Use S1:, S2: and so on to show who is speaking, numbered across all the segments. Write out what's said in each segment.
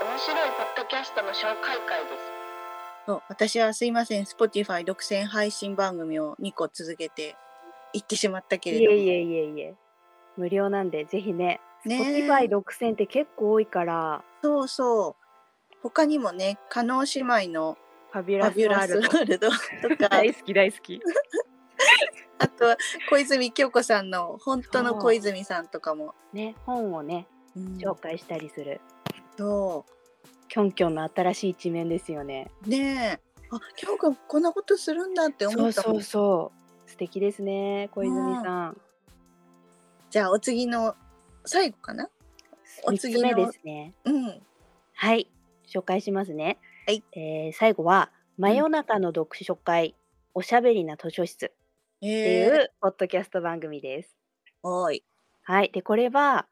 S1: 面白いポッドキャストの紹介会です。
S2: そう私はすいません Spotify 独占配信番組を2個続けて行ってしまったけれ
S3: い
S2: ども
S3: えいえいえいえ。無料なんで、ぜひね。
S2: ねえ
S3: Spotify 独占って結構多いから、
S2: そうそう他にもね加納姉妹の
S3: ファビ
S2: 「
S3: ュ
S2: ファ
S3: ラス
S2: ビュ
S3: ワ
S2: ラ
S3: ー
S2: ス
S3: ル
S2: ワ
S3: ド。
S2: ールド」 とか
S3: 大好き大好き。
S2: あとは小泉今日子さんの「本当の小泉さん」とかも。
S3: ね、本をね、
S2: うん
S3: 紹介したりする。
S2: そ
S3: キョンキョンの新しい一面ですよね。
S2: うねえあ今日子こんなことするんだって
S3: そ
S2: 思
S3: う
S2: った
S3: そ
S2: もん
S3: うそう。素敵ですね、小泉さん。
S2: じゃあお次の最後かなお
S3: 三
S2: 次の
S3: つ目ですね。
S2: うん
S3: はい、紹介しますね。
S2: はい
S3: えー最後は真夜中の読書会、おしゃべりな図書室ってい
S2: ええ
S3: うポッドキャスト番組です。
S2: おい
S3: はい、でこれは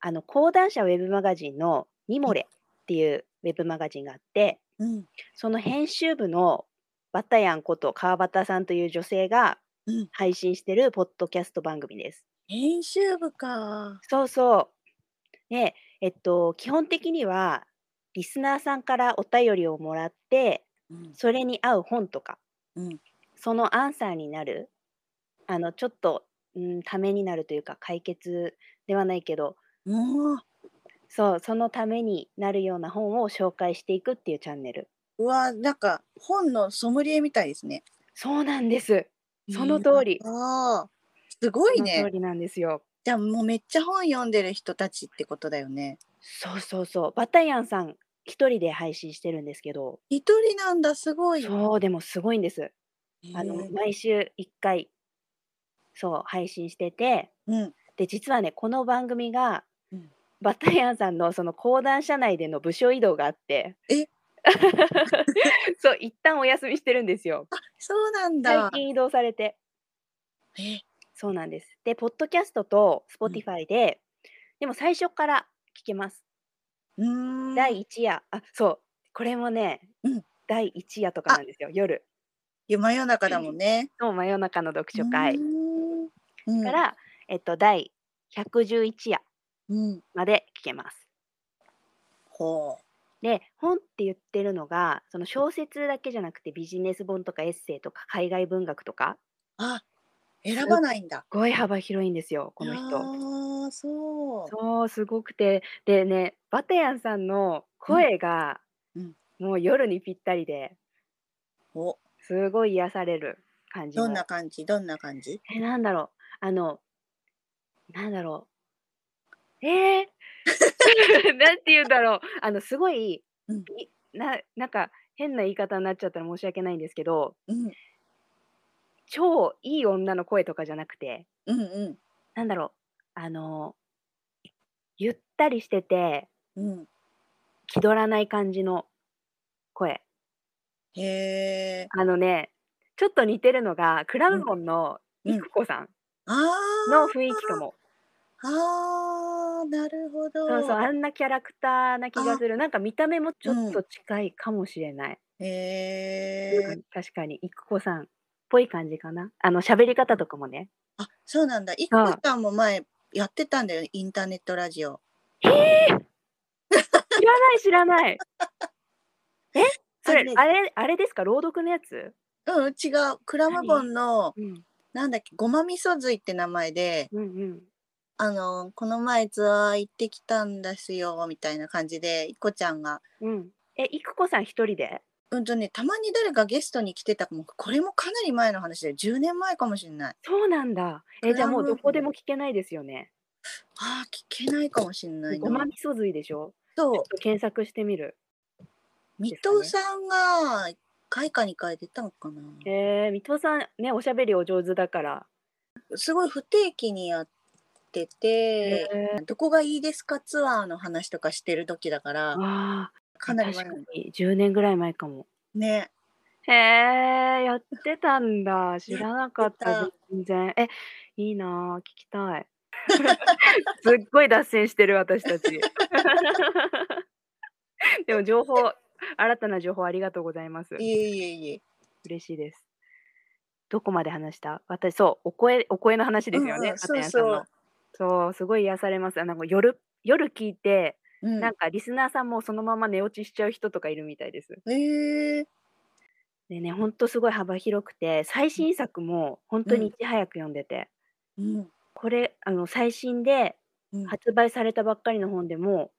S3: あの講談社ウェブマガジンのミモレっていうウェブマガジンがあって、
S2: うん
S3: その編集部のバタヤンこと川端さんという女性が
S2: うん
S3: 配信してるポッドキャスト番組です。
S2: 編集部か
S3: そうそう。で、えっと、基本的には、リスナーさんからお便りをもらって、
S2: うん
S3: それに合う本とか、
S2: うん
S3: そのアンサーになる、あの、ちょっと、うん、ためになるというか、解決ではないけど、
S2: もう
S3: そう、そのためになるような本を紹介していくっていうチャンネル。
S2: うわなんか本のソムリエみたいですね
S3: そうなんです。その通り。
S2: ああすごい
S3: その
S2: ね
S3: 通りなんですよ。
S2: じゃあもうめっちゃ本読んでる人たちってことだよね
S3: そうそうそう。バタヤンさん、一人で配信してるんですけど、
S2: 一人なんだすごい
S3: そう、でもすごいんです。あの
S2: へえ
S3: 毎週1回そう配信してて
S2: うん
S3: で実はねこの番組が、
S2: うん
S3: バタヤンさんのその講談社内での部署移動があって
S2: え
S3: そう一旦お休みしてるんですよ
S2: そうなんだ
S3: 最近移動されて
S2: え
S3: そうなんですでポッドキャストと Spotify で、でも最初から聞けます、
S2: うーん
S3: 第1夜あそうこれもね、
S2: うん
S3: 第1夜とかなんですよ夜
S2: 夜夜中だもんね
S3: の真夜中の読書会
S2: うーんうん
S3: から、えっと、第111夜
S2: うん
S3: まで聞けます。
S2: ほ
S3: で本って言ってるのがその小説だけじゃなくてビジネス本とかエッセイとか海外文学とか
S2: うあ選ばないんだ
S3: すごい幅広いんですよこの人。
S2: ああそう
S3: そうすごくてでねバテヤンさんの声が、
S2: うん
S3: もう夜にぴったりで
S2: お
S3: すごい癒される感じの
S2: どんな感じどんな感じ
S3: えなんだろうあのなんだろうえー、 なんて言うんだろうあのすごい、
S2: うん
S3: いななんか変な言い方になっちゃったら申し訳ないんですけど
S2: うん
S3: 超いい女の声とかじゃなくて
S2: うんうん
S3: なんだろうあのゆったりしてて
S2: うん
S3: 気取らない感じの声
S2: へえ
S3: あのねちょっと似てるのがクラウボンの
S2: うん
S3: いくこさん
S2: あ
S3: の
S2: あ
S3: 雰囲気かも、
S2: あーなるほど
S3: そうそうあんなキャラクターな気がするなんか見た目もちょっと近いかもしれない、
S2: へ
S3: う
S2: え
S3: ん確かにいくこさんっぽい感じかなあの喋り方とかもね
S2: あそうなんだ一
S3: あ
S2: 個さんも前やってたんだよねインターネットラジオ
S3: 知らない知らない えそ
S2: あ
S3: れ
S2: ね
S3: あれあれですか朗読のやつ、
S2: うん違うクラムボンの
S3: うん、
S2: なんだっけごま味噌髄って名前で
S3: うんうん
S2: あのこの前ツアー行ってきたんですよみたいな感じでいっこちゃんが
S3: うん。え、いくこさん一人で。
S2: うんとねたまに誰かゲストに来てたかもこれもかなり前の話で10年前かもしれない
S3: そうなんだ。え、じゃあも
S2: ク
S3: う
S2: ラ
S3: ど
S2: ムボ
S3: こ
S2: ン
S3: でも聞けないですよね。
S2: あー聞けないかもしれない
S3: ごま
S2: な
S3: みそ髄でしょ。ちょ
S2: そ
S3: っと検索してみる。
S2: う水戸さんが1回か2回出たのかな
S3: えー、水戸さんね、おしゃべりお上手だから。
S2: すごい不定期にやってて、
S3: え
S2: どこがいいですかツアーの話とかしてる時だから
S3: ー、わあ、
S2: かなり
S3: 確
S2: 前
S3: かに10年ぐらい前かも。
S2: ね
S3: へえ、やってたんだ。知らなかった
S2: やって
S3: 全然。え、いいなあ聞きたい。 すっごい脱線してる私た ち。でも情報、新たな情報ありがとうございます。
S2: いえいえいえ
S3: 嬉しいです。どこまで話した私、そう、お声、お声の話ですよ
S2: うんう
S3: ね。
S2: ん
S3: 片
S2: そう
S3: 山さんの
S2: そう
S3: そうすごい癒されます。あなんか夜、夜聞いて、
S2: うん
S3: なんかリスナーさんもそのまま寝落ちしちゃう人とかいるみたいです。
S2: へえ
S3: でね、ほんとすごい幅広くて、最新作も本当にいち早く読んでて、
S2: うん
S3: これ、あの、最新で
S2: うん
S3: 発売されたばっかりの本でも、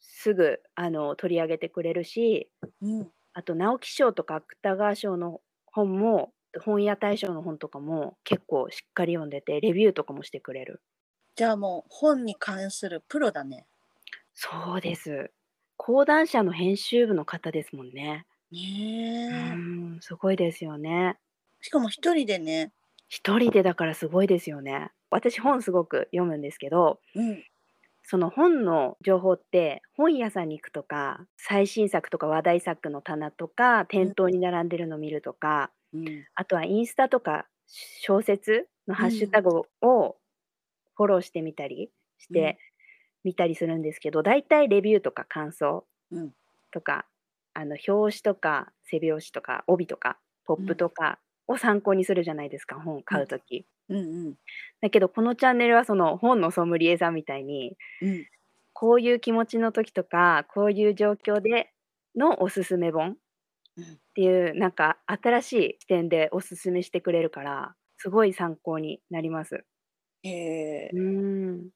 S3: すぐ、あの、取り上げてくれるし、
S2: うん
S3: あと、直木賞とか芥川賞の本も、本屋大賞の本とかも結構しっかり読んでて、レビューとかもしてくれる。
S2: じゃあもう本に関するプロだね。
S3: そうです。講談社の編集部の方ですもんね。う
S2: ねえ。
S3: ん、すごいですよね。
S2: しかも一人でね。
S3: 一人でだからすごいですよね。私本すごく読むんですけど、
S2: うん
S3: その本の情報って本屋さんに行くとか、最新作とか話題作の棚とか、店頭に並んでるの見るとか、
S2: うん
S3: あとはインスタとか小説のハッシュタグをフォローしてみたりして見たりするんですけど、大体レビューとか感想
S2: うん
S3: とか、あの表紙とか背表紙とか帯とかポップとかを参考にするじゃないですか、本買うとき。
S2: うんうん
S3: だけどこのチャンネルはその本のソムリエさんみたいに
S2: うん
S3: こういう気持ちの時とかこういう状況でのおすすめ本
S2: うん
S3: っていうなんか新しい視点でおすすめしてくれるからすごい参考になります。
S2: へえ
S3: う。ーん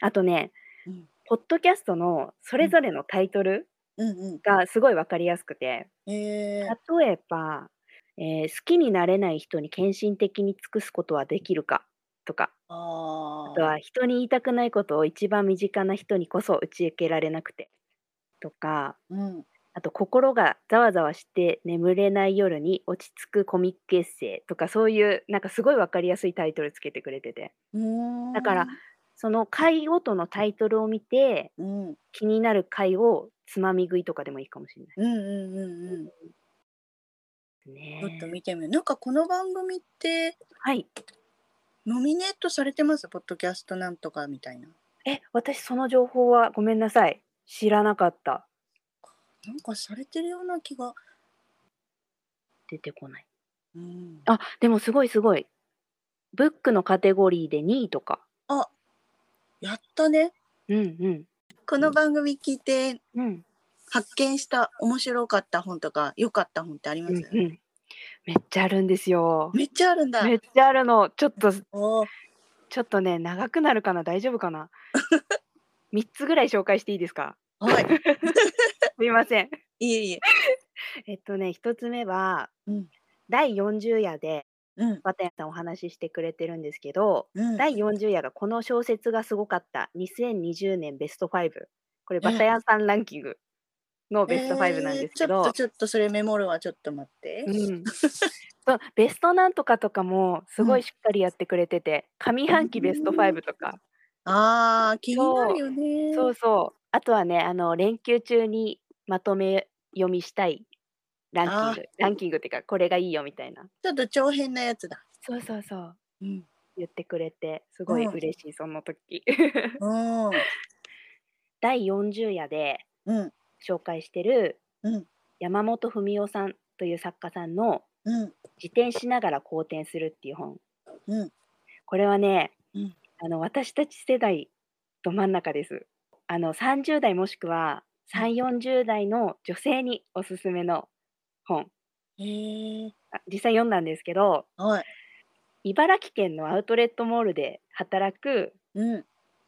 S3: あとね、
S2: うん
S3: ポッドキャストのそれぞれのタイトル
S2: うん
S3: がすごい分かりやすくて
S2: うん。へえ。
S3: 例えば、えー好きになれない人に献身的に尽くすことはできるか?」とか
S2: あ
S3: あと
S2: あ。
S3: は人に言いたくないことを一番身近な人にこそ打ち明けられなくてとか
S2: うん
S3: あと心がざわざわして眠れない夜に落ち着くコミックエッセイとかそういうなんかすごい分かりやすいタイトルつけてくれてて
S2: うーん。
S3: だからその回ごとのタイトルを見て
S2: うんうん
S3: 気になる回をつまみ食いとかでもいいかもしれない
S2: うんうんうん。
S3: ね
S2: ちょっと見てみよう。なんかこの番組って
S3: はい
S2: ノミネートされてますポッドキャストなんとかみたいな。
S3: え私その情報はごめんなさい知らなかった
S2: なんかされてるような気が。
S3: 出てこない
S2: うん。
S3: あでもすごいすごいブックのカテゴリーで2位とか
S2: やったね。
S3: うんうん
S2: この番組聞いて
S3: うん
S2: 発見した面白かった本とか良かった本ってありま
S3: う
S2: す、
S3: んうんめっちゃあるんですよ。
S2: めっちゃあるんだ。
S3: めっちゃあるの。ちょっとち
S2: おー
S3: ょっとね長くなるかな大丈夫かな。三つぐらい紹介していいですか。
S2: はい。
S3: すいません。
S2: いえいえ。
S3: えっとね一つ目は、
S2: うん
S3: 第40夜で
S2: うん
S3: 綿谷さんお話ししてくれてるんですけど、
S2: うん。
S3: 第40夜がこの小説がすごかった2020年ベスト5これ
S2: え
S3: 綿谷さんランキングのベスト5なんですけど、
S2: えーちょっとちょっとそれメモるわちょっと待って。
S3: うん、そうベストなんとかとかもすご
S2: うん
S3: いしっかりやってくれてて、上半期ベスト5とか、
S2: ああ気になるよね。
S3: そうそうあとはねあの連休中にまとめ読みしたいランキングランキングっていうかこれがいいよみたいな
S2: ちょっと長編なやつだ。
S3: そうそうそう
S2: うん。
S3: 言ってくれてすごい
S2: うん
S3: 嬉しい、その時
S2: うん。
S3: 第40夜で
S2: うん。
S3: 紹介してる
S2: うん
S3: 山本文夫さんという作家さんの
S2: うん。
S3: 「自転しながら好転する」っていう本
S2: うん。
S3: これはね、
S2: うん
S3: あの私たち世代ど真ん中です。あの30代もしくは3、40代の女性におすすめの本。
S2: へえ。
S3: あ実際読んだんですけど、
S2: はい。
S3: 茨城県のアウトレットモールで働く
S2: うん。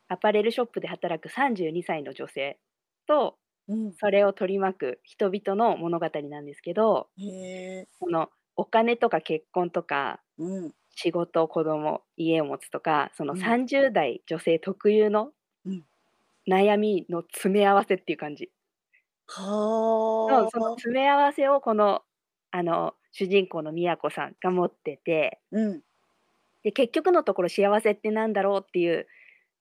S3: アパレルショップで働く32歳の女性と
S2: うん。
S3: それを取り巻く人々の物語なんですけど、
S2: へえ。
S3: そのお金とか結婚とか
S2: うん。
S3: 仕事子供家を持つとかその
S2: うん
S3: 30代女性特有の
S2: うん
S3: 悩みの詰め合わせっていう感じ
S2: は
S3: のその
S2: あ。
S3: 詰め合わせをこのあの主人公の宮子さんが持ってて
S2: うん。
S3: で結局のところ幸せってなんだろうっていう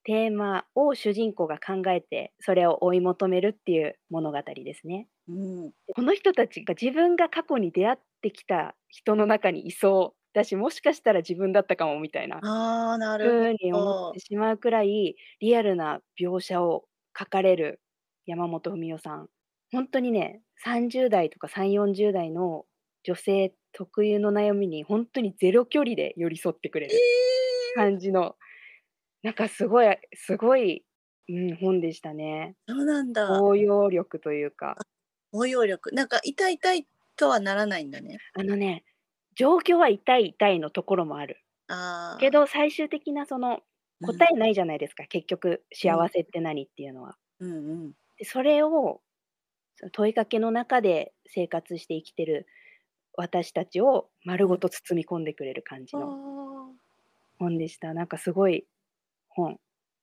S3: テーマを主人公が考えてそれを追い求めるっていう物語ですね。
S2: うん。
S3: この人たちが自分が過去に出会ってきた人の中にいそうだしもしかしたら自分だったかもみたいな
S2: ああな
S3: ふ
S2: る
S3: うに思ってしまうくらいリアルな描写を書かれる山本文夫さん本当にね30代とか340代の女性特有の悩みに本当にゼロ距離で寄り添ってくれ
S2: ほど。え
S3: る感じの、なんかすごいすごいうん、本でしたね。
S2: そうなんだ。
S3: 応用力というか。
S2: 応用力。なんか痛い痛いとはならないんだね。
S3: あのね、状況は痛い痛いのところもある。
S2: ああ。
S3: けど、最終的なその
S2: うん
S3: 答えないじゃないですか、結局、幸せって何っていうのは。
S2: うんうん。
S3: でそれをその問いかけの中で生活して生きてる私たちを丸ごと包み込んでくれる感じの本でした。なんかすごい本。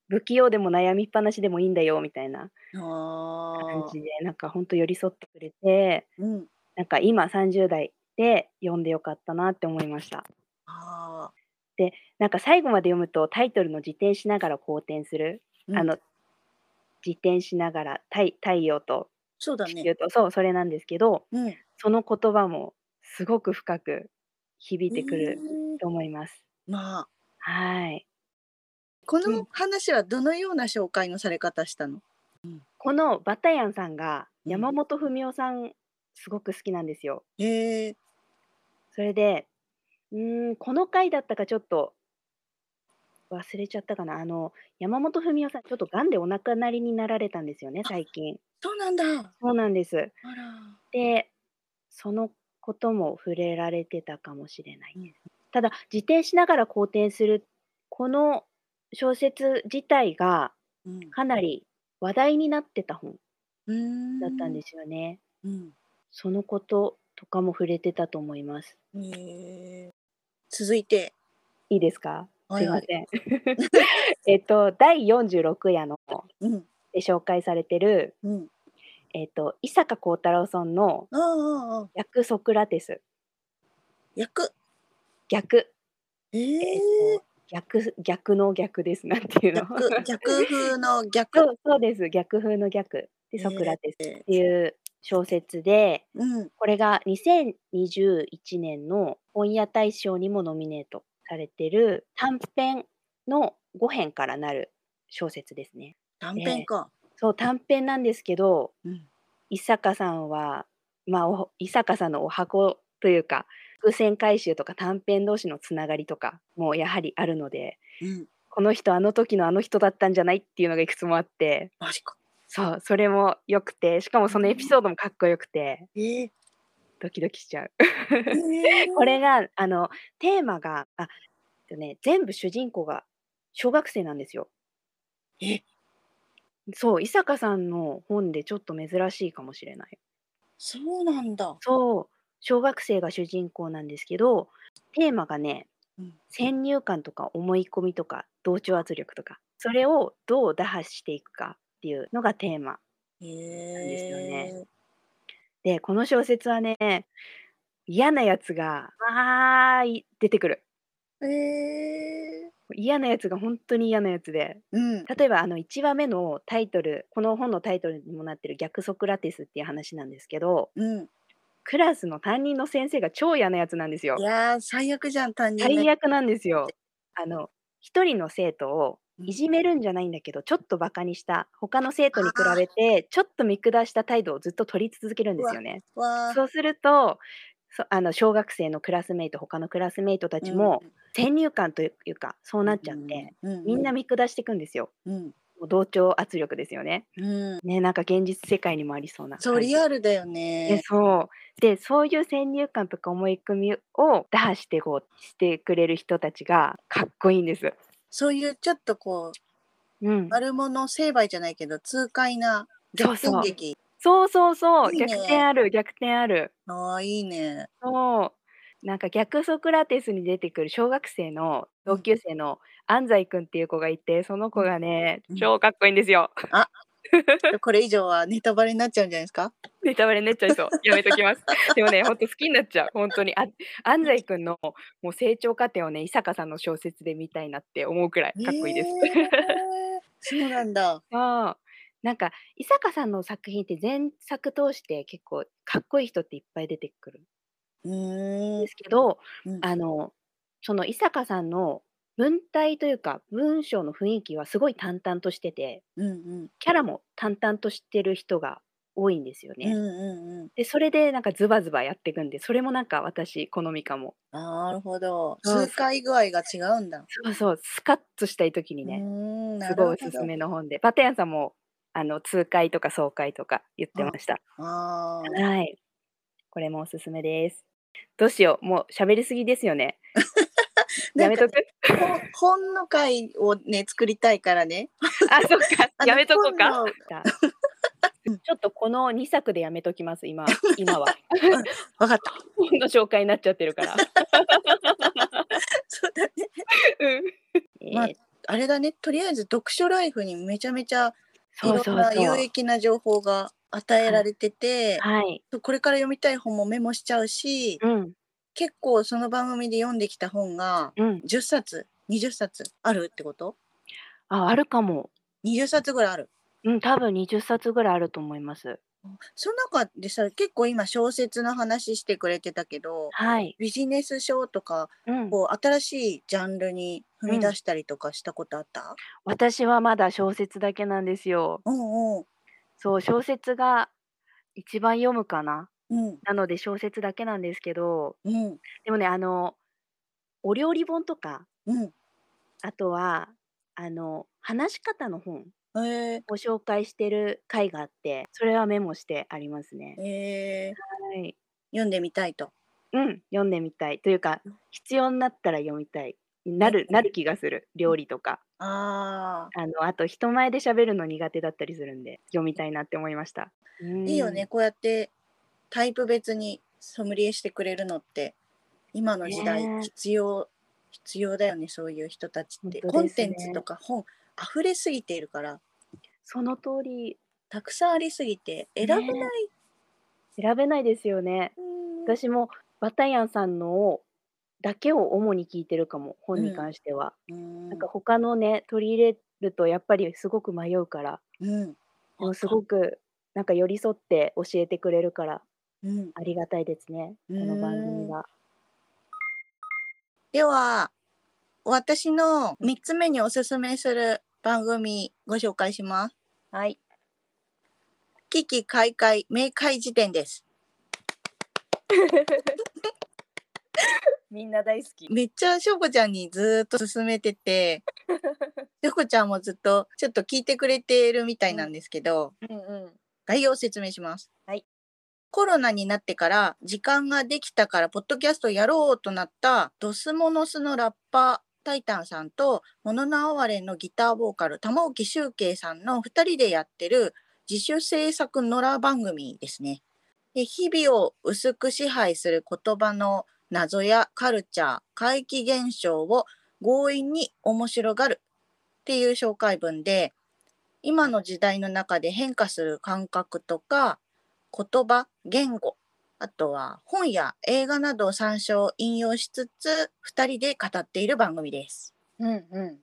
S3: 不器用でも悩みっぱなしでもいいんだよみたいな
S2: あ
S3: 感
S2: あ。
S3: じでなんかほんと寄り添ってくれて
S2: うん。
S3: なんか今30代で読んでよかったなって思いました。
S2: ああ。
S3: なんか最後まで読むとタイトルの「自転しながら好転する」
S2: うん
S3: あの自転しながら太太陽と
S2: そうだ
S3: 地
S2: ね。
S3: 球と、そうそれなんですけど
S2: うん。
S3: その言葉もすごく深く響いてくる
S2: うん
S3: と思います。
S2: まあ。
S3: はい
S2: こ
S3: う
S2: の
S3: ん
S2: 話はどのような紹介のされ方したの。
S3: このバタヤンさんが
S2: うん
S3: 山本文雄さんすごく好きなんですよ。
S2: へえ。
S3: それでうーんこの回だったかちょっと忘れちゃったかなあの山本文雄さんちょっとがんでお亡くなりになられたんですよね最近。
S2: そうなんだ。あ
S3: そうなんです。
S2: ら。
S3: でそのことも触れられてたかもしれないです。ただ自転しながら好転するこの小説自体が
S2: うん。
S3: かなり話題になってた本
S2: うーん。
S3: だったんですすよね。
S2: うん。
S3: そのこととかも触れてたと思います。
S2: へえ。続いて。
S3: いいですか
S2: は
S3: すい
S2: いは
S3: ま
S2: い。
S3: せん。 えっと第46夜の
S2: うん。
S3: で紹介されてる、
S2: うん。
S3: えっと、伊坂幸太郎さんの
S2: ああああああ。
S3: 「逆ソクラテス
S2: 役。」
S3: 逆
S2: え
S3: え
S2: え
S3: っ。と逆逆の逆ですなんていうの
S2: 逆逆風の逆。
S3: そうそうです逆風の逆でソクラテスっていう小説で
S2: うん。
S3: これが2021年の本屋大賞にもノミネートされてる短編の5編からなる小説ですね。
S2: 短編か。
S3: そう短編なんですけど
S2: うん。
S3: 伊坂さんは、まあ、お伊坂さんのお箱というか伏線回収とか短編同士のつながりとかもやはりあるので
S2: うん。
S3: この人あの時のあの人だったんじゃないっていうのがいくつもあって
S2: マジか。
S3: そうそれもよくてしかもそのエピソードもかっこよくて
S2: ええ。
S3: ドキドキしちゃう。
S2: ええ
S3: これがあのテーマがあ、えっとね、全部主人公が小学生なんですよ。
S2: え
S3: そう伊坂さんの本でちょっと珍しいかもしれない。
S2: そうなんだ。
S3: そう、小学生が主人公なんですけど、テーマがね、
S2: うん
S3: 先入観とか思い込みとか同調圧力とか、それをどう打破していくかっていうのがテーマ。
S2: へ
S3: ですよね
S2: え。
S3: で、この小説はね、嫌なやつが、わーい、出てくる。
S2: ええ。
S3: 嫌なやつが本当に嫌なやつで、
S2: うん。
S3: 例えばあの1話目のタイトル、この本のタイトルにもなってる逆ソクラテスっていう話なんですけど、
S2: うん。
S3: クラスの担任の先生が超嫌なやつなんですよ
S2: い。やー最悪じゃん担任
S3: 最
S2: ね。
S3: 悪なんですよ。あの一人の生徒をいじめるんじゃないんだけどちょっとバカにした他の生徒に比べてちょっと見下した態度をずっと取り続けるんですよね。
S2: わー
S3: そうするとそあの小学生のクラスメイト他のクラスメイトたちも先入観というかそうなっちゃって、
S2: うんうん
S3: みんな見下していくんですよ。
S2: うん
S3: もう同調圧力ですよね。
S2: うん
S3: ねなんか現実世界にもありそうな
S2: そう
S3: 感じ
S2: リアルだよ
S3: え
S2: ね。
S3: そうでそういう先入観とか思い込みを打破していこうしてくれる人たちがかっこいいんです。
S2: そういうちょっとこ
S3: う
S2: う、
S3: ん
S2: 悪者成敗じゃないけど痛快な
S3: そう
S2: 逆
S3: そ
S2: 転
S3: う
S2: 劇。
S3: そうそうそう
S2: いいね
S3: 逆転ある逆転ある
S2: ああいいね。
S3: そうなんか逆ソクラテスに出てくる小学生の同級生の安西くんっていう子がいてその子がね
S2: うん
S3: 超かっこいいんですよ。
S2: これ以上はネタバレになっちゃうんじゃないです か。
S3: ネタバレになっちゃいそうやめときます でもねほんと好きになっちゃう本当にあ安西くんのもう成長過程をね伊坂さんの小説で見たいなって思うくらいかっこいいです。
S2: へーそうなんだ。
S3: そうなんか伊坂さんの作品って前作通して結構かっこいい人っていっぱい出てくる
S2: う
S3: うん
S2: ー
S3: で
S2: ん
S3: すけど、
S2: うん
S3: あのその伊坂さんの文体というか文章の雰囲気はすごい淡々としてて
S2: うんうん
S3: キャラも淡々としてる人が多いんですよね。
S2: うんうんうん。
S3: でそれでなんかズバズバやっていくんでそれもなんか私好みかも
S2: なるほど。
S3: そう
S2: 痛快具合が違うんだ。
S3: そうそうスカッとしたい時に
S2: う
S3: ね、
S2: ん、な
S3: す
S2: る
S3: ごい
S2: ほ
S3: おすす
S2: ど。
S3: めの本でバテヤンさんもあの痛快とか爽快とか言ってました
S2: ああ。
S3: はいこれもおすすめですどうしようもう喋りすぎですよねやめとく
S2: ほ本の会をね作りたいからね。
S3: あそっか
S2: あの
S3: やめとこうか
S2: 本の
S3: じゃあちょっとこの2作でやめときます今今 は
S2: わかった。
S3: 本の紹介になっちゃってるから、
S2: そうだね。
S3: うん
S2: まあ
S3: えー
S2: あれだね。とりあえず読書ライフにめちゃめちゃい
S3: そう
S2: ろ
S3: そ
S2: ん
S3: う
S2: な
S3: そ
S2: 有
S3: う
S2: 益な情報が与えられてて、
S3: はい
S2: これから読みたい本もメモしちゃうし、
S3: うん
S2: 結構その番組で読んできた本が
S3: うん
S2: 10冊、20冊あるってこと
S3: ああるかも
S2: ?20 冊ぐらいある。
S3: うん、多分20冊ぐらいあると思います。
S2: その中でさ結構今小説の話してくれてたけど
S3: はい。
S2: ビジネス書とか
S3: うん、
S2: こう新しいジャンルに踏み出したりとかしたことあった、
S3: 私はまだ小説だけなんですよ。
S2: うん、うん
S3: そう、小説が一番読むかな。
S2: うん
S3: なので小説だけなんですけど、
S2: うん
S3: でもね、あの、お料理本とか、
S2: うん
S3: あとは、あの、話し方の本
S2: え
S3: を紹介してる回があって、それはメモしてありますね
S2: ー。えー
S3: はい。
S2: 読んでみたいと。
S3: うん、読んでみたい。というか、必要になったら読みたい。なる、なる気がする。料理とか。
S2: あ
S3: あのあと人前で喋るの苦手だったりするんで読みたいなって思いました。
S2: ーいいよねこうやってタイプ別にソムリエしてくれるのって今の時代
S3: ねえ
S2: 必要、必要だよねそういう人たちって、
S3: 本
S2: コ
S3: 当で
S2: ン
S3: すね
S2: テンツとか本溢れすぎているから
S3: その通り
S2: たくさんありすぎて選べない、
S3: ね選べないですよね。
S2: うん
S3: 私もバタヤンさんのをだけを主に聞いてるかも本に
S2: うん
S3: 関しては。
S2: うん
S3: なんか他のね取り入れるとやっぱりすごく迷うから
S2: うん
S3: でもすごくなんか寄り添って教えてくれるから
S2: うん、
S3: ありがたいですねこの番組が。
S2: では私の3つ目におすすめする番組ご紹介します。はい。危機開会明快辞典です。
S3: みんな大好き。
S2: めっちゃしょこちゃんにずーっと勧めて て、しょこちゃんもずっとちょっと聞いてくれてるみたいなんですけど、
S3: うんうん。
S2: 概要を説明します。
S3: はい。
S2: コロナになってから時間ができたからポッドキャストやろうとなったドスモノスのラッパータイタンさんとモノナアワレンのギターボーカル玉置周慶さんの2人でやってる自主制作ノラ番組ですね。で日々を薄く支配する言葉の謎やカルチャー怪奇現象を強引に面白がるっていう紹介文で今の時代の中で変化する感覚とか言葉言語あとは本や映画などを参照引用しつつ2人で語っている番組です。
S3: うんうん。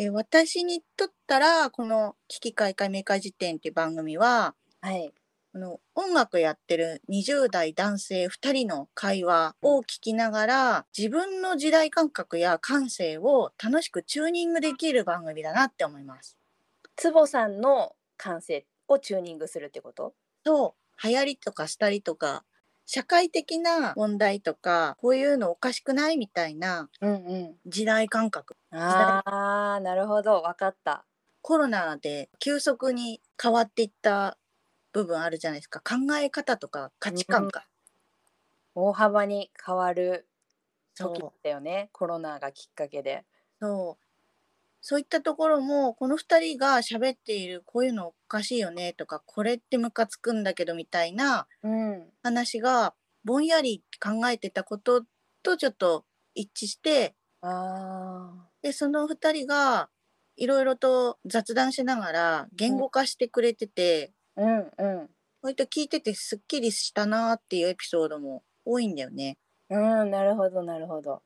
S2: えー私にとったらこの「危機開会明快辞典」っていう番組は
S3: はい。
S2: あの音楽やってる20代男性2人の会話を聞きながら自分の時代感覚や感性を楽しくチューニングできる番組だなって思います。
S3: 坪さんの感性をチューニングするってこと
S2: と流行りとかしたりとか社会的な問題とかこういうのおかしくないみたいな
S3: うんうん。
S2: 時代感覚
S3: ああ、なるほど、わかった。
S2: コロナで急速に変わっていった部分あるじゃないですか考え方とか価値観が、
S4: 大幅に変わる時だ
S2: そう
S4: ったよねコロナがきっかけで
S2: そうそういったところもこの2人が喋っているこういうのおかしいよねとかこれってムカつくんだけどみたいな
S4: うん
S2: 話がぼんやり考えてたこととちょっと一致して
S4: あ
S2: でその2人がいろいろと雑談しながら言語化してくれてて、
S4: ーうんうん
S2: 割と聞いててすっきりしたなーっていうエピソードも多いんだよね。
S4: うんなるほどなるほど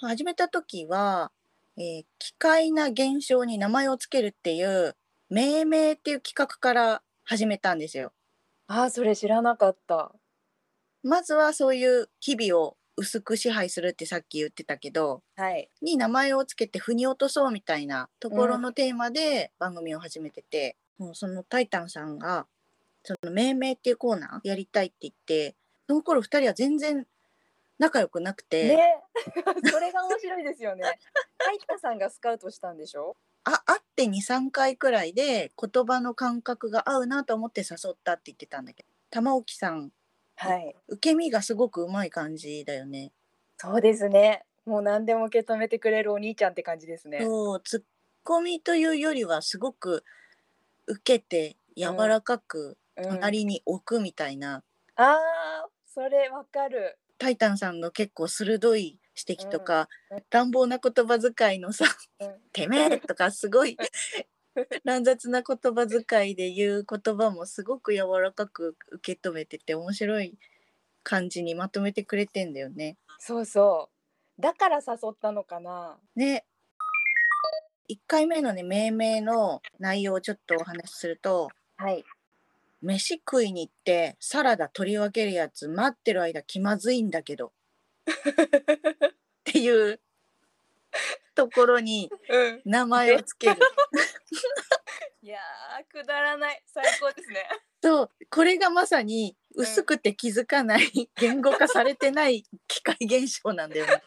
S2: 始めた時は、えー機械な現象に名前をつけるっていう命名っていう企画から始めたんですよ。
S4: あーそれ知らなかった
S2: まずはそういう日々を薄く支配するってさっき言ってたけど
S4: はい
S2: に名前をつけて腑に落とそうみたいなところのテーマで番組を始めてて、もうそのタイタンさんがその命名っていうコーナーやりたいって言って、その頃二人は全然仲良くなくて、
S4: ねそれが面白いです よね。タイタさんがスカウトしたんでしょ
S2: あ会って23回くらいで言葉の感覚が合うなと思って誘ったって言ってたんだけど玉置さん
S4: はい。
S2: 受け身がすごくうまい感じだよね。
S4: そうですね。もう何でも受け止めてくれるお兄ちゃんって感じですね。
S2: そうツッコミというよりはすごく受けて柔らかく
S4: うん、あ
S2: 隣に置くみたいな、
S4: あー、それわかる。
S2: タイタンさんの結構鋭い指摘とか、
S4: うん
S2: 乱暴な言葉遣いのさ
S4: うん
S2: 「てめえ!」とかすごい 乱雑な言葉遣いで言う言葉もすごく柔らかく受け止めてて面白い感じにまとめてくれてんだよね。
S4: そうそう。だから誘ったのかな。
S2: ね1回目のね命名の内容をちょっとお話しすると
S4: はい。
S2: 「飯食いに行ってサラダ取り分けるやつ待ってる間気まずいんだけど」っていうところに
S4: うん。
S2: 名前をつける。
S4: いやー、くだらない。最高ですね。
S2: そうこれがまさに薄くて気づかない言語化されてない機械現象なんだよね。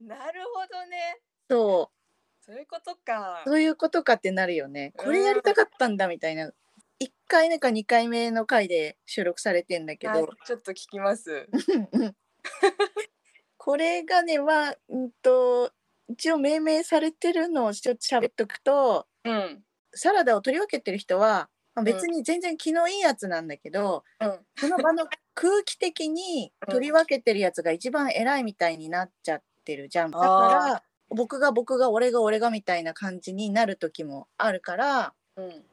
S4: なるほどね。
S2: そ
S4: そういうことか
S2: う。そういうことかってなるよね。これやりたかったんだみたいな。1回目か2回目の回で収録されてんだけど、
S4: はい、ちょっと聞き ます。
S2: うんうんこれがねまあうんと一応命名されてるのをちょっと喋っとくと
S4: うん。
S2: サラダを取り分けてる人は、まあ、
S4: ん
S2: 別に全然気のいいやつなんだけど、
S4: うん。
S2: その場の空気的に取り分けてるやつが一番偉いみたいになっちゃってるじゃん。だから僕が僕が俺が俺がみたいな感じになる時もあるから
S4: うん。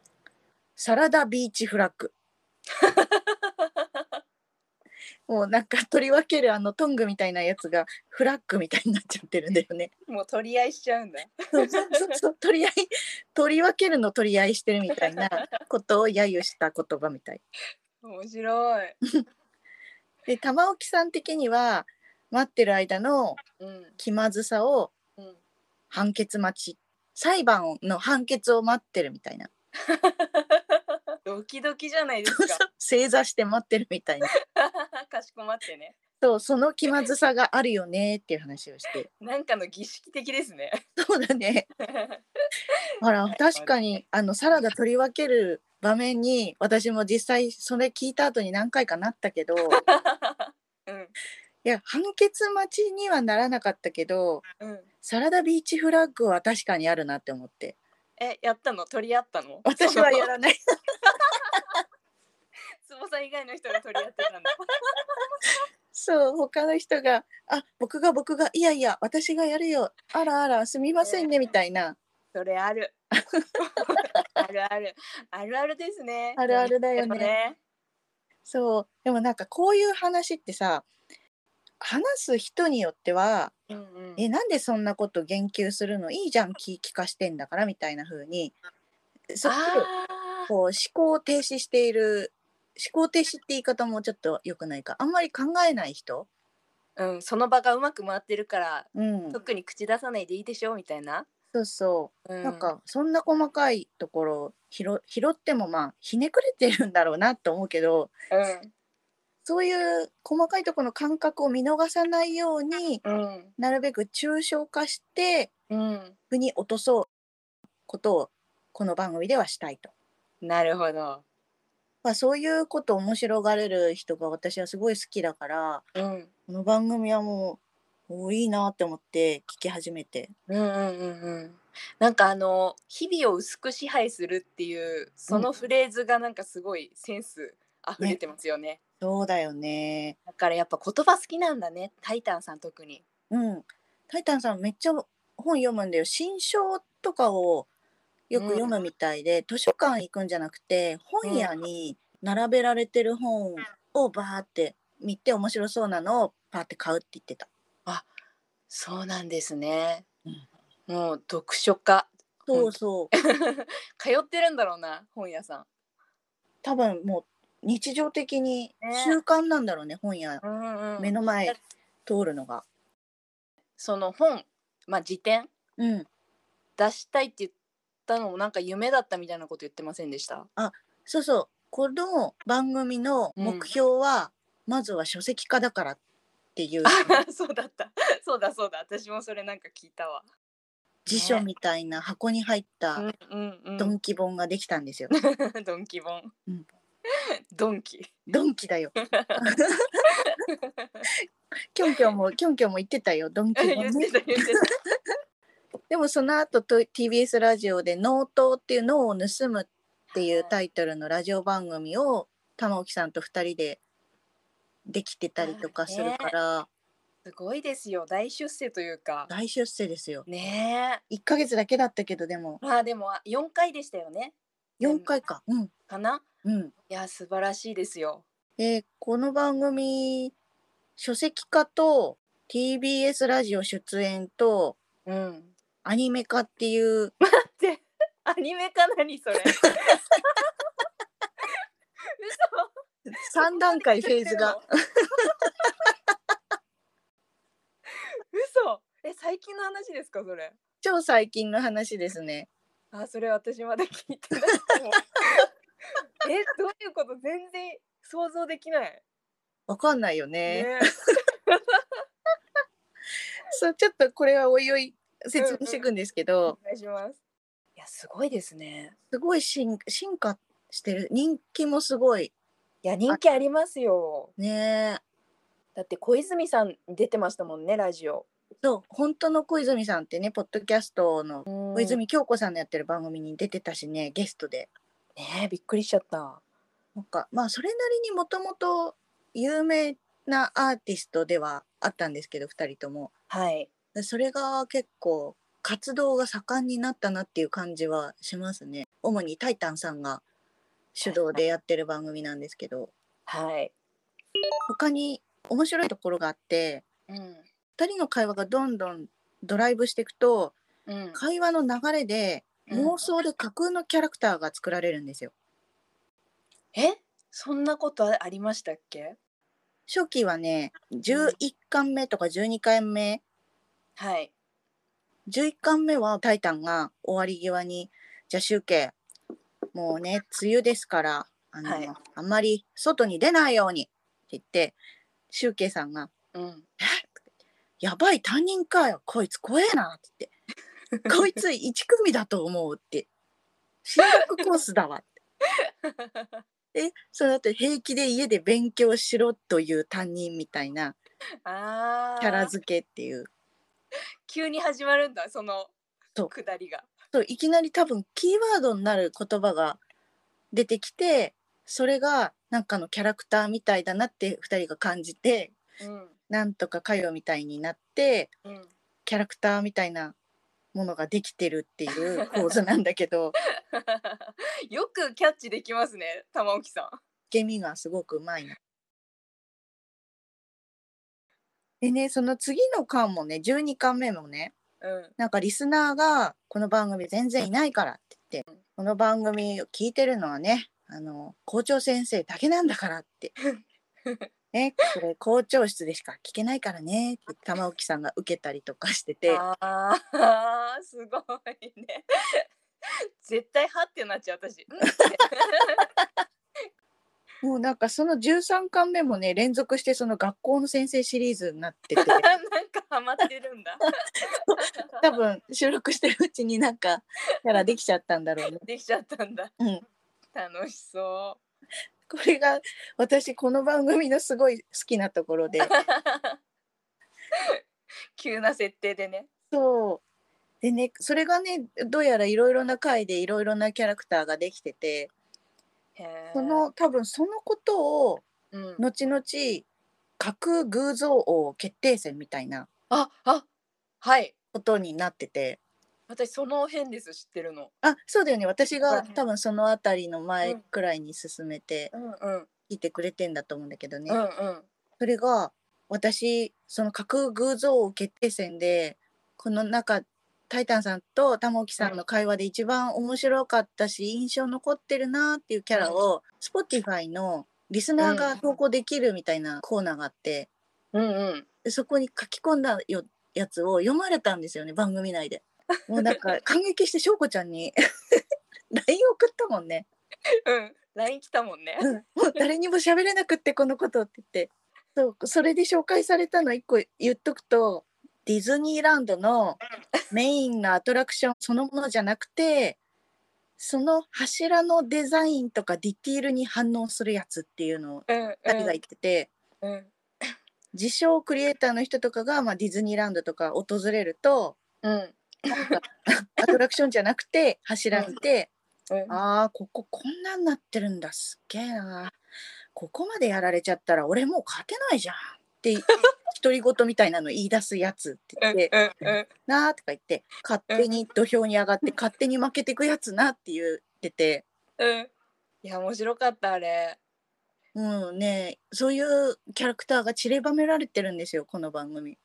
S2: サラダビーチフラッ グ。もうなんか取り分けるあのトングみたいなやつがフラッグみたいになっちゃってるんだよね。
S4: もう取り合いしちゃうんだ。
S2: そうそうそう取り合い取り分けるの取り合いしてるみたいなことを揶揄した言葉みたい。
S4: 面白い。
S2: で玉置さん的には待ってる間の
S4: うん。
S2: 気まずさを
S4: うん。
S2: 判決待ち裁判の判決を待ってるみたいな
S4: ドキドキじゃないですか。
S2: 正座して待ってるみたいな
S4: かしこまってね。
S2: そうその気まずさがあるよねっていう話をして
S4: なんかの儀式的ですね。
S2: そうだねほら
S4: はい
S2: 確かにあのサラダ取り分ける場面に私も実際それ聞いた後に何回かなった けどい
S4: うん。
S2: や判決待ちにはならなかったけど
S4: うん。
S2: サラダビーチフラッグは確かにあるなって思って
S4: え、やったの、取り合ったの。
S2: 私は やらない
S4: その。つぼさん以外の人が取り合って たんだ。
S2: そう他の人が「あ僕が僕がいやいや私がやるよあらあらすみませんね」みたいな
S4: それある。 あるある。あるあるですね。
S2: あるあるだよね
S4: でもね。
S2: そうでもなんかこういう話ってさ話す人によっては
S4: うんうん
S2: 「えなんでそんなこと言及するのいいじゃん気聞かしてんだから」みたいな風にすごく
S4: あ
S2: こう思考を停止している思考停止って言い方もちょっと良くないかあんまり考えない人、
S4: あ、うん、その場がうまく回ってるから、
S2: うん、
S4: 特に口出さないでいいでしょみたいな。
S2: そうそう、
S4: な
S2: なん、かそんな細かいところを拾拾ってもまあひねくれてるんだろうなと思うけどそういう細かいところの感覚を見逃さないように
S4: うん、
S2: なるべく抽象化して
S4: うん、うん、
S2: 腑に落とそうことをこの番組ではしたいと、
S4: なるほど。
S2: まあ、そういうことを面白がれる人が私はすごい好きだから
S4: うん、
S2: この番組はもうおいいなって思って聞き始めて
S4: うん、うん、うん、うん。なんかあの日々を薄く支配するっていうそのフレーズがなんかすごいセンス溢れてますよね。
S2: そうだよね
S4: だからやっぱ言葉好きなんだね。タイタンさん特に。
S2: うんタイタンさんめっちゃ本読むんだよ新書とかをよく読むみたいで、図書館行くんじゃなくて本屋に並べられてる本をバーって見て面白そうなのをパーって買うって言ってた。
S4: そうなんですね。もう読書家
S2: そうそう
S4: 通ってるんだろうな本屋さん。
S2: 多分もう日常的に
S4: ね
S2: 習慣なんだろうね本屋
S4: うん
S2: 目の前通るのが。
S4: その本まあ辞典
S2: うん、
S4: 出したいって言ったのもなんか夢だったみたいなこと言ってませんでした。
S2: そうそうこの番組の目標は、まずは書籍化だからって いう
S4: そうだったそうだそうだ私もそれなんか聞いたわ
S2: 辞書みたいな箱に入った
S4: うんうん
S2: ドンキ本ができたんですよ。
S4: ドンキボン
S2: うん。
S4: ドンキ。
S2: ドンキ だよ。キョンキョンもキョンキョンも言ってたよ。ドンキ
S4: 言
S2: 本
S4: っ
S2: ね
S4: てた言って
S2: でもその後と TBS ラジオで「脳刀」っていう脳を盗むっていうタイトルのラジオ番組を玉置さんと二人でできてたりとかするから
S4: た。すごいですよ大出世というか。
S2: 大出世ですよ。
S4: ねえ。
S2: 1ヶ月だけだったけどでも
S4: まあでも四回でしたよね。
S2: 4回か。うん、
S4: かな。
S2: うん
S4: いや素晴らしいですよ。
S2: でこの番組書籍化と TBS ラジオ出演と
S4: うん。
S2: アニメ化って いう
S4: でアニメか何 それ。嘘。
S2: 3段階フェーズ が
S4: 嘘。え最近の話ですかそれ。
S2: 超最近の話ですね。
S4: あそれ私まだ聞いてない かも。えどういうこと全然想像できない。
S2: わかんないよね。
S4: ね
S2: そうちょっとこれはおいおい説明していくんですけど、
S4: お願いします。いやすごいですね。
S2: すごい進進化してる人気もすごい
S4: いや人気ありますよ。
S2: ね
S4: だって小泉さん出てましたもんねラジオ。
S2: そう本当の小泉さんってねポッドキャストの
S4: 小
S2: 小泉京子さんのやってる番組に出てたしねゲストで。
S4: ねえびっくりしちゃった。
S2: なんかまあそれなりにもともと有名なアーティストではあったんですけど2人とも
S4: はい。
S2: でそれが結構活動が盛んになったなっていう感じはしますね主に「タイタン」さんが主導でやってる番組なんですけど
S4: はい。
S2: 他に面白いところがあって
S4: うん。
S2: 2人の会話がどんどんドライブしていくと
S4: うん。
S2: 会話の流れで妄想で架空のキャラクターが作られるんですよ。
S4: えそんなことあありましたっけ？
S2: 初期はね11巻目とか12巻目
S4: はい。
S2: 11巻目は「タイタン」が終わり際に「じゃあ集計もうね梅雨ですからあの、
S4: はい
S2: あんまり外に出ないように」って言って集計さんが
S4: うん。
S2: 「やばい担任かよこいつ怖えな」って言 って「こいつ1組だと思う」って「進学コースだわ」って。でその後平気で家で勉強しろという担任みたいな
S4: ああ。
S2: キャラ付けっていう
S4: 急に始まるんだその
S2: そう
S4: 下りが。
S2: そういきなり多分キーワードになる言葉が出てきてそれがなんかのキャラクターみたいだなって2人が感じて
S4: うん。
S2: なんとかかよみたいになって
S4: うん。
S2: キャラクターみたいなものができてるっていう構図なんだけど
S4: よくキャッチできますね玉置さ
S2: 受け身がすごくうまいな。でねその次の巻もね12巻目もね
S4: ん。うん。
S2: なんかリスナーが「この番組全然いないから」って言って「この番組を聞いてるのはねあの校長先生だけなんだから」って「ねこれ校長室でしか聞けないからね」って玉置さんが受けたりとかしてて
S4: ああーす ごいね 絶対はってなっちゃう私うんって
S2: もうなんかその13巻目もね連続してその学校の先生シリーズになってて
S4: なんかハマってるんだ
S2: 多分収録してるうちになんかキャラできちゃったんだろうね。
S4: できちゃったんだ
S2: うん
S4: 楽しそ
S2: これが私この番組のすごい好きなところで
S4: う急な設定でね
S2: そうでねそれがねどうやらいろいろな回でいろいろなキャラクターができてて
S4: へー
S2: その多分そのことを
S4: うん、
S2: 後々架空偶像王決定戦みたいな
S4: ああはい
S2: ことになってて
S4: 私その辺です知ってるの
S2: あそうだよね私
S4: そう
S2: が
S4: だね
S2: 多分その辺りの前
S4: うん
S2: くらいに進めて
S4: うんうん
S2: 聞いてくれてんだと思うんだけどね、
S4: うんうん
S2: それが私その架空偶像王決定戦でこの中タイタンさんと玉置さんの会話で一番面白かったし印象残ってるなっていうキャラを Spotify のリスナーが投稿できるみたいなコーナーがあって
S4: うんうん
S2: でそこに書き込んだよやつを読まれたんですよね番組 内で。もうなんか感激して翔子ちゃんに LINE 送ったもんね。
S4: うん。LINE 来たもんね。
S2: うんもう誰にも喋れなくってこのことって言ってそうそれで紹介されたの一個言っとくとディズニーランドのメインのアトラクションそのものじゃなくてその柱のデザインとかディティールに反応するやつっていうのを
S4: うん。うん
S2: 2人が言ってて、
S4: うん。
S2: 自称クリエイターの人とかが、まあ、ディズニーランドとか訪れると
S4: うん。
S2: アトラクションじゃなくて柱見て、
S4: うん
S2: あーこここんなんなってるんだすっげえなここまでやられちゃったら俺もう勝てないじゃんっ て独り言みたいなの言い出すやつって
S4: う
S2: 言っ
S4: ん
S2: て
S4: うんうん
S2: 「なあ」とか言って勝手に土俵に上がって勝手に負けてくやつなって言ってて。
S4: うん。いや面白かったあれ。
S2: うんねえ、そういうキャラクターが散りばめられてるんですよこの番組。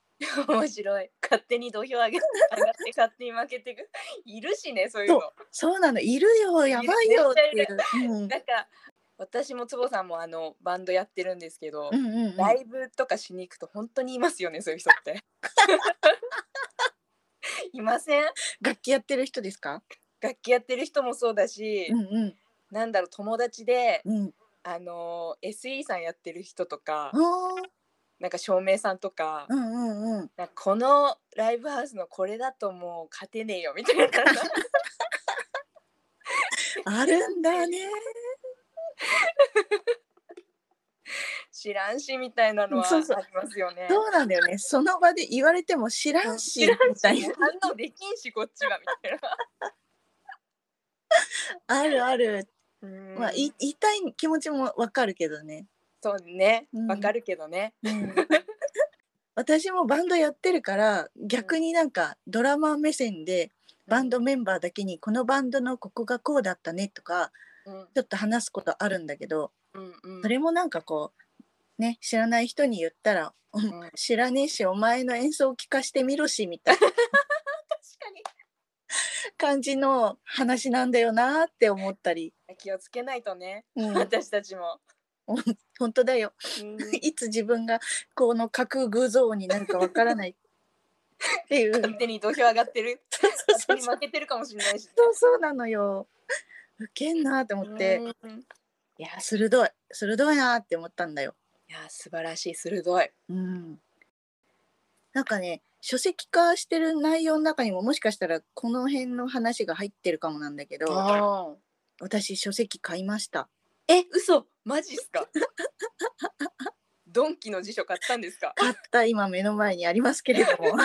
S4: 面白い。勝手に土俵上げ上がって勝手に負けてく。いるしねそういうの。
S2: そうなのいるよやばいよっていう。うん
S4: なんか私も坪さんもあのバンドやってるんですけど、
S2: うんうんうん
S4: ライブとかしに行くと本当にいますよねそういう人 って。いません
S2: 楽器やってる人ですか？
S4: 楽器やってる人もそうだし、
S2: うんうん
S4: なんだろう友達で、
S2: うん。
S4: あの SE さんやってる人とか、
S2: あー
S4: なんか照明さんとか、
S2: うんうんうん。
S4: なんかこのライブハウスのこれだともう勝てねえよみたい な
S2: あるんだね。
S4: 知らんしみたいなのはあ
S2: そうそう
S4: りますよね。
S2: そうなんだよね。その場で言われても知らんし
S4: 知らん
S2: みたい
S4: し
S2: な。
S4: 反応できんしこっちはみたいな。
S2: あるある。
S4: うん
S2: まあい言いたい気持ちもわかるけど ね。
S4: そうね
S2: うん
S4: わかるけどね、
S2: 私もバンドやってるから逆になんかドラマー目線でバンドメンバーだけにこのバンドのここがこうだったねとか
S4: うん
S2: ちょっと話すことあるんだけど
S4: うんうん
S2: それもなんかこうね知らない人に言ったら「うん
S4: うん
S2: 知らねえしお前の演奏を聞かしてみろし」みたいな
S4: 確かに
S2: 感じの話なんだよなって思ったり、
S4: 気をつけないとね
S2: うん、
S4: 私たちも、
S2: 本当だよ
S4: うん
S2: いつ自分がこの架空偶像になんかわからないっていう
S4: 勝手に土俵上がってる
S2: そうそ
S4: 勝
S2: う
S4: 手に
S2: そう
S4: 負けてるかもしれないし、ね、
S2: そうそうなのよウケんなって思って
S4: うん
S2: いや鋭い鋭いなって思ったんだよ、
S4: いや素晴らしい鋭い
S2: うん、なんかね書籍化してる内容の中にももしかしたらこの辺の話が入ってるかもなんだけど
S4: あ
S2: 私書籍買いました
S4: え嘘マジっすかドンキの辞書買ったんですか
S2: 買った今目の前にありますけれど も、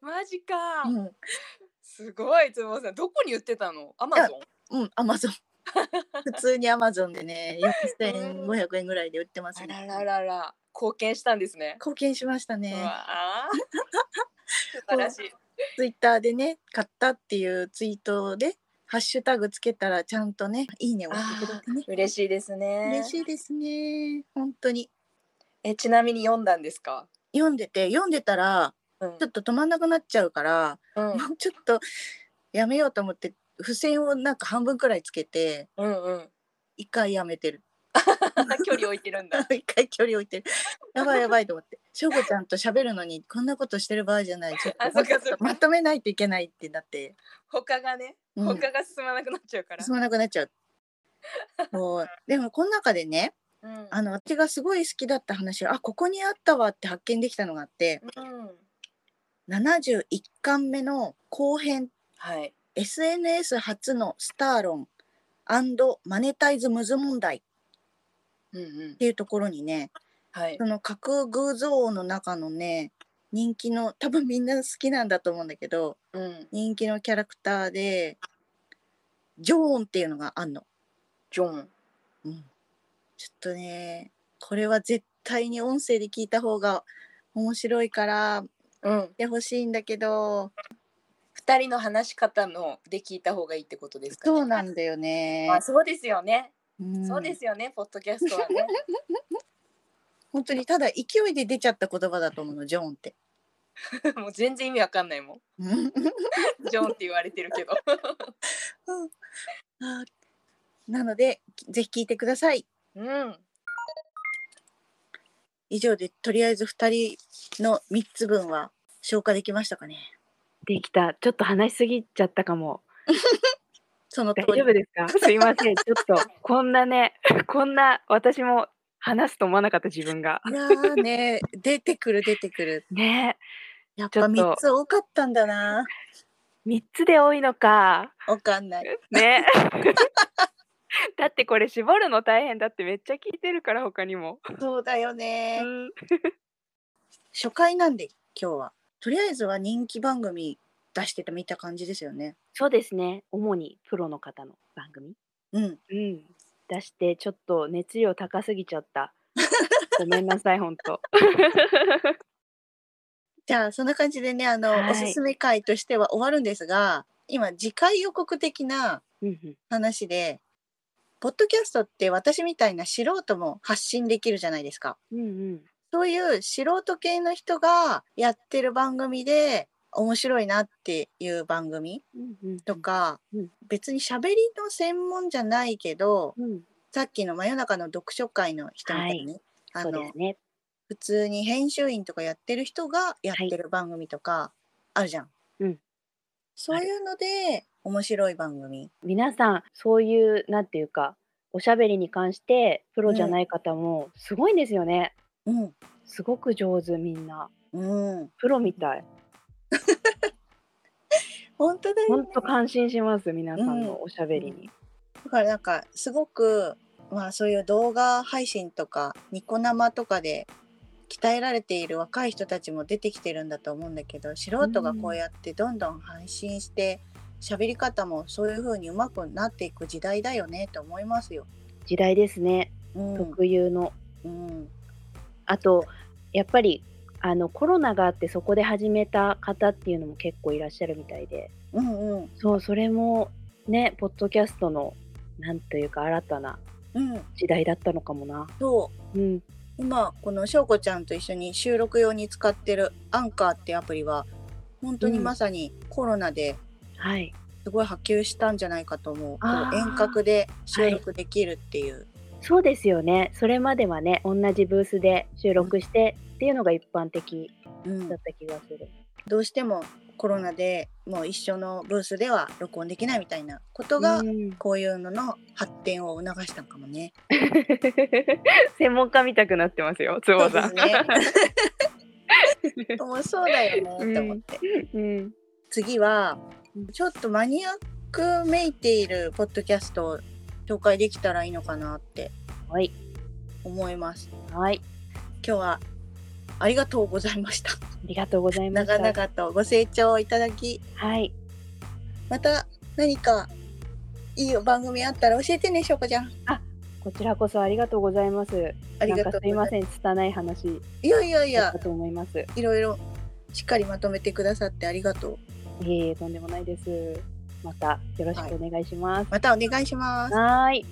S4: マジか、
S2: うん、
S4: すごいつぼさんどこに売ってたのアマゾン
S2: うん、アマゾン。 普通にアマゾンでね、4500円ぐらいで売ってます
S4: あ
S2: ね。
S4: らららら貢献したんですね
S2: 貢献しました
S4: う
S2: ね。
S4: わあ素晴らしい
S2: ツイッターでね、買ったっていうツイートで、ハッシュタグつけたら、ちゃんとね、いいねを押してくれてね。
S4: 嬉しいですね
S2: 嬉しいですね。本当に。
S4: えちなみに読んだんですか、
S2: 読んでて、読んでたら、
S4: うん
S2: ちょっと止まんなくなっちゃうから、
S4: うん
S2: もうちょっとやめようと思って、付箋をなんか半分くらいつけて、
S4: うんうん
S2: 一回やめてる。
S4: 距離置いてるんだ
S2: 一回距離置いてる。やばいやばいと思って。しょうこちゃんと喋るのにこんなことしてる場合じゃない。ちょっと
S4: あそっかそっか
S2: まとめないといけないってなって、
S4: 他がね
S2: うん
S4: 他が進まなくなっちゃうから、
S2: 進まなくなっちゃう。も うでもこの中でね
S4: うんうん、
S2: あの私がすごい好きだった話あここにあったわって発見できたのがあって71巻目の後編
S4: はい、
S2: SNS 初のスター論マネタイズムズ問題っ
S4: うんうん、
S2: ていうところにね
S4: はい
S2: その架空偶像の中のね人気の多分みんな好きなんだと思うんだけど
S4: うん
S2: 人気のキャラクターでジョーンっていうのがあんの、
S4: ジョン
S2: うん、ちょっとねこれは絶対に音声で聞いた方が面白いから
S4: うん
S2: やってほしいんだけど
S4: 二人の話し方ので聞いた方がいいってことですか、ね、
S2: そうなんだよね
S4: まあ、、そうですよね、
S2: うん、
S4: そうですよねポッドキャスト はね
S2: 本当にただ勢いで出ちゃった言葉だと思うのジョーンって。
S4: もう全然意味わかんないも
S2: う
S4: ん
S2: ん
S4: ジョンって言われてる けど
S2: あなのでぜひ聞いてください。
S4: うん
S2: 以上でとりあえず2人の3つ分は消化できましたかね。
S3: できたちょっと話しすぎちゃったかも
S2: その通
S3: 大
S2: り
S3: 丈夫ですか すいません。ちょっと、こんなね、 こんな私も話すと思わなかった自分が。
S2: いやーね出てくる出てくる
S3: ね
S2: やっ
S3: ちょ
S2: ぱ
S3: っと
S2: 3つ多かったんだな
S3: 3つで多いのか。
S2: わかん ない
S3: ねだってこれ絞るの大変だってめっちゃ聞いてるから他にも。
S2: そうだよね
S3: うん
S2: 初回なんで今日はとりあえずは人気番組出してた見た感じですよね
S3: そうですね。主にプロの方の番組。
S2: うん
S3: うん。出して、ちょっと熱量高すぎちゃった。ごめんなさい、ほんと。
S2: じゃあそんな感じでねあの、
S3: はい
S2: おすすめ回としては終わるんですが今次回予告的な
S3: うんうん
S2: 話でポッドキャストって私みたいな素人も発信できるじゃないですか
S3: うんうん。
S2: そういう素人系の人がやってる番組で面白いなっていう番組
S3: うんうん
S2: とか、
S3: うん
S2: 別に喋りの専門じゃないけど
S3: うん、
S2: さっきの真夜中の読書会の人みたいにね、あ
S3: そうで
S2: の
S3: すね。
S2: 普通に編集員とかやってる人がやってる番組とかあるじゃん。
S3: うん
S2: そういうので面白い番組。
S3: 皆さん、そういう、なんていうか、おしゃべりに関して、プロじゃ
S2: うん
S3: ない方も、すごいんですよね。
S2: うん、
S3: すごく上手、みんな。
S2: うん、
S3: プロみたい。
S2: 本当だよ
S3: ほ
S2: ね
S3: んと感心します、皆さん
S2: う
S3: のおしゃべりに。
S2: だからなんかすごく、まあ、そういう動画配信とかニコ生とかで鍛えられている若い人たちも出てきてるんだと思うんだけど素人がこうやってどんどん配信して喋り方もそういう風にうまくなっていく時代だよねと思いますよ。
S3: 時代ですね、
S2: うん
S3: 特有の。
S2: うん
S3: あとやっぱりあのコロナがあってそこで始めた方っていうのも結構いらっしゃるみたいで
S2: うんうん
S3: そうそれもねポッドキャストのなんというか新たな
S2: うん、
S3: 時代だったのかもな。
S2: そう
S3: うん、
S2: 今この翔子ちゃんと一緒に収録用に使ってるアンカーってアプリは本当にまさにコロナで
S3: はい
S2: すごい波及したんじゃないかと思う。こ
S3: あ
S2: う
S3: ー
S2: 遠隔で収録できるっていう。
S3: そうですよねそれまではね同じブースで収録してっていうのが一般的
S2: うん
S3: だった気がする。
S2: どうしてもコロナでもう一緒のブースでは録音できないみたいなことが、
S3: うん
S2: こういうのの発展を促したんかもね。
S3: 専門家見たくなってますよつ
S2: そ
S3: ぼ
S2: うで
S3: さ
S2: す
S3: ん。
S2: ね。もうそうだよねと思って。
S3: うん
S2: 次はちょっとマニアックめいているポッドキャストを紹介できたらいいのかなって
S3: はい
S2: 思います。
S3: はい
S2: 今日はありがとうございました。
S3: ありがとうございました。
S2: 長々とご清聴いただき、
S3: はい
S2: また何かいい番組あったら教えてね、しょうこちゃん。
S3: こちらこそありがとうございます。
S2: ありが
S3: な
S2: と
S3: んか
S2: う
S3: すい
S2: ございま。
S3: ますせん、拙い話
S2: いやいやい
S3: だ
S2: や
S3: った、と思います。い
S2: いろいろしっかりまとめてくださってありがとう。
S3: えいえ、とんでもないです。またよろしくお願いします。
S2: またお願いします。
S3: はーい、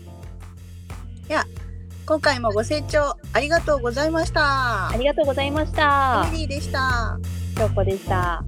S2: 今回もご清聴ありがとうございました
S3: あ。りがとうございました
S2: エ。ミリーでした。
S3: 京子でした。